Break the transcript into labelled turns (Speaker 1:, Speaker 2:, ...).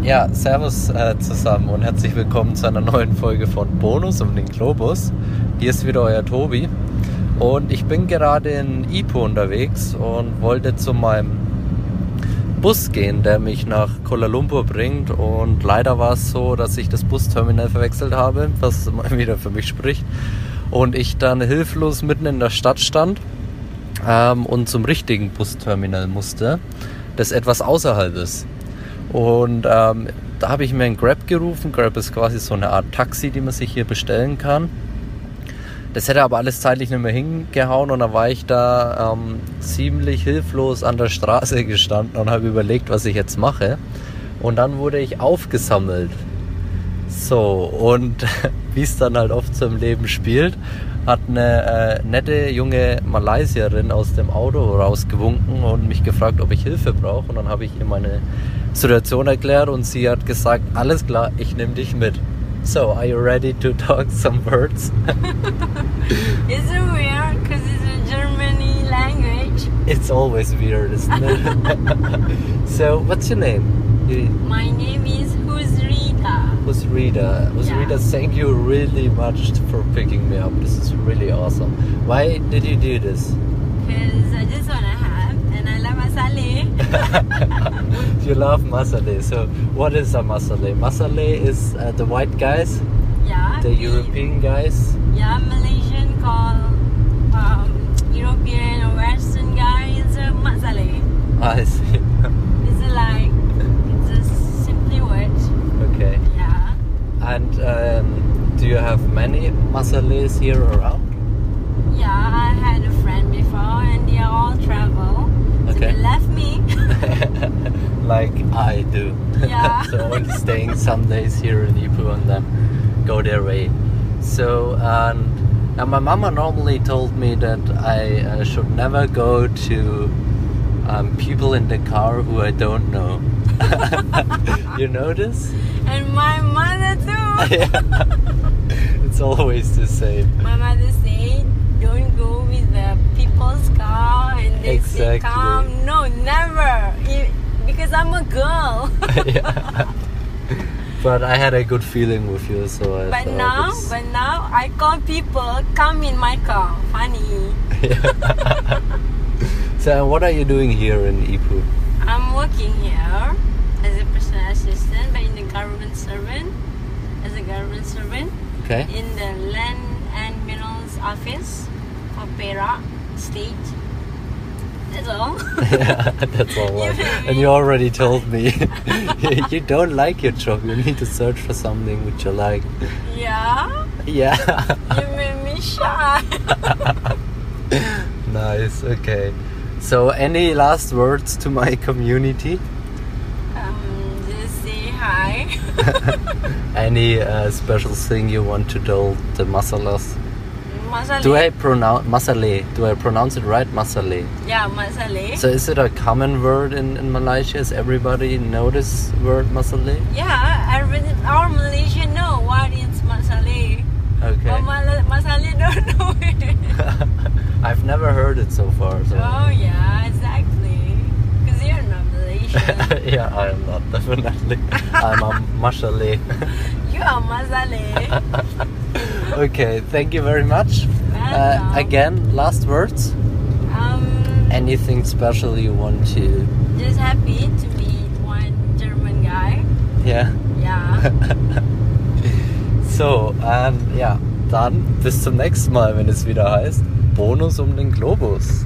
Speaker 1: Ja, servus äh, zusammen und herzlich willkommen zu einer neuen Folge von Bonus um den Globus. Hier ist wieder euer Tobi und ich bin gerade in Ipo unterwegs und wollte zu meinem Bus gehen, der mich nach Kuala Lumpur bringt und leider war es so, dass ich das Busterminal verwechselt habe, was mal wieder für mich spricht und ich dann hilflos mitten in der Stadt stand ähm, und zum richtigen Busterminal musste, das etwas außerhalb ist. Und ähm, da habe ich mir ein Grab gerufen. Grab ist quasi so eine Art Taxi, die man sich hier bestellen kann. Das hätte aber alles zeitlich nicht mehr hingehauen und da war ich da ähm, ziemlich hilflos an der Straße gestanden und habe überlegt, was ich jetzt mache. Und dann wurde ich aufgesammelt. So, und wie es dann halt oft so im Leben spielt, hat eine äh, nette junge Malaysierin aus dem Auto rausgewunken und mich gefragt, ob ich Hilfe brauche. Und dann habe ich ihr meine Situation erklärt und sie hat gesagt, alles klar, ich nehme dich mit. So, are you ready to talk some words?
Speaker 2: Is it weird? Because it's a Germany language.
Speaker 1: It's always weird, isn't it? so, what's your name? You-
Speaker 2: My name is Huzrita.
Speaker 1: was Rita. Was
Speaker 2: Yeah.
Speaker 1: Rita, thank you really much for picking me up. This is really awesome. Why did you do this?
Speaker 2: Because I just want to have, and I love Asale.
Speaker 1: you love masale. So, what is a masale? Masale is uh, the white guys,
Speaker 2: yeah.
Speaker 1: the
Speaker 2: we-
Speaker 1: European guys.
Speaker 2: Yeah, Malaysian call um, European or Western guy is a Masale.
Speaker 1: I see.
Speaker 2: It's a like, it's a simply word.
Speaker 1: okay.
Speaker 2: Yeah.
Speaker 1: And um, do you have many masales here around?
Speaker 2: Yeah, I had a friend before, and they all travel. So
Speaker 1: Okay.
Speaker 2: they left me.
Speaker 1: like I do.
Speaker 2: Yeah.
Speaker 1: so only staying some days here in Ipoh and then go their way. So um, and, and my mama normally told me that I uh, should never go to um, people in the car who I don't know. you know this?
Speaker 2: and my mother too.
Speaker 1: Yeah. it's always the same.
Speaker 2: My mother said, "Don't go with the people's car," and they
Speaker 1: Exactly.
Speaker 2: say, "Come, no, never," You- because I'm a girl.
Speaker 1: yeah. But I had a good feeling with you, so I
Speaker 2: but
Speaker 1: thought
Speaker 2: now,
Speaker 1: it's-
Speaker 2: but now I call people, "Come in my car." Funny.
Speaker 1: Yeah. so what are you doing here in Ipoh?
Speaker 2: I'm working here as a personal assistant, but in the government servant, as a government servant
Speaker 1: Okay.
Speaker 2: in the land and minerals office for Perak State. That's all.
Speaker 1: yeah, that's all right. And you already told me you don't like your job. You need to search for something which you like.
Speaker 2: Yeah,
Speaker 1: Yeah.
Speaker 2: you made me shy.
Speaker 1: nice. Okay. So any last words to my community?
Speaker 2: um, just say hi.
Speaker 1: Any uh, special thing you want to tell the masalas?
Speaker 2: Masale.
Speaker 1: Do I pronounce masale? Do I pronounce it right? Masale.
Speaker 2: Yeah, masale.
Speaker 1: So is it a common word in, in Malaysia? Does everybody know this word masale?
Speaker 2: yeah, I really, our Malaysian know what is masale.
Speaker 1: Okay.
Speaker 2: But Mal- masale don't know it.
Speaker 1: I've never heard it so far. So.
Speaker 2: oh yeah, exactly. Because you're not Malaysian.
Speaker 1: yeah, I am not definitely. I'm a masale.
Speaker 2: you are masale.
Speaker 1: okay, thank you very much. Uh,
Speaker 2: Welcome.
Speaker 1: again, last words.
Speaker 2: Um,
Speaker 1: Anything special you want to?
Speaker 2: just happy to meet one German guy.
Speaker 1: Yeah.
Speaker 2: Yeah.
Speaker 1: so ähm, ja, dann bis zum nächsten Mal, wenn es wieder heißt Bonus um den Globus.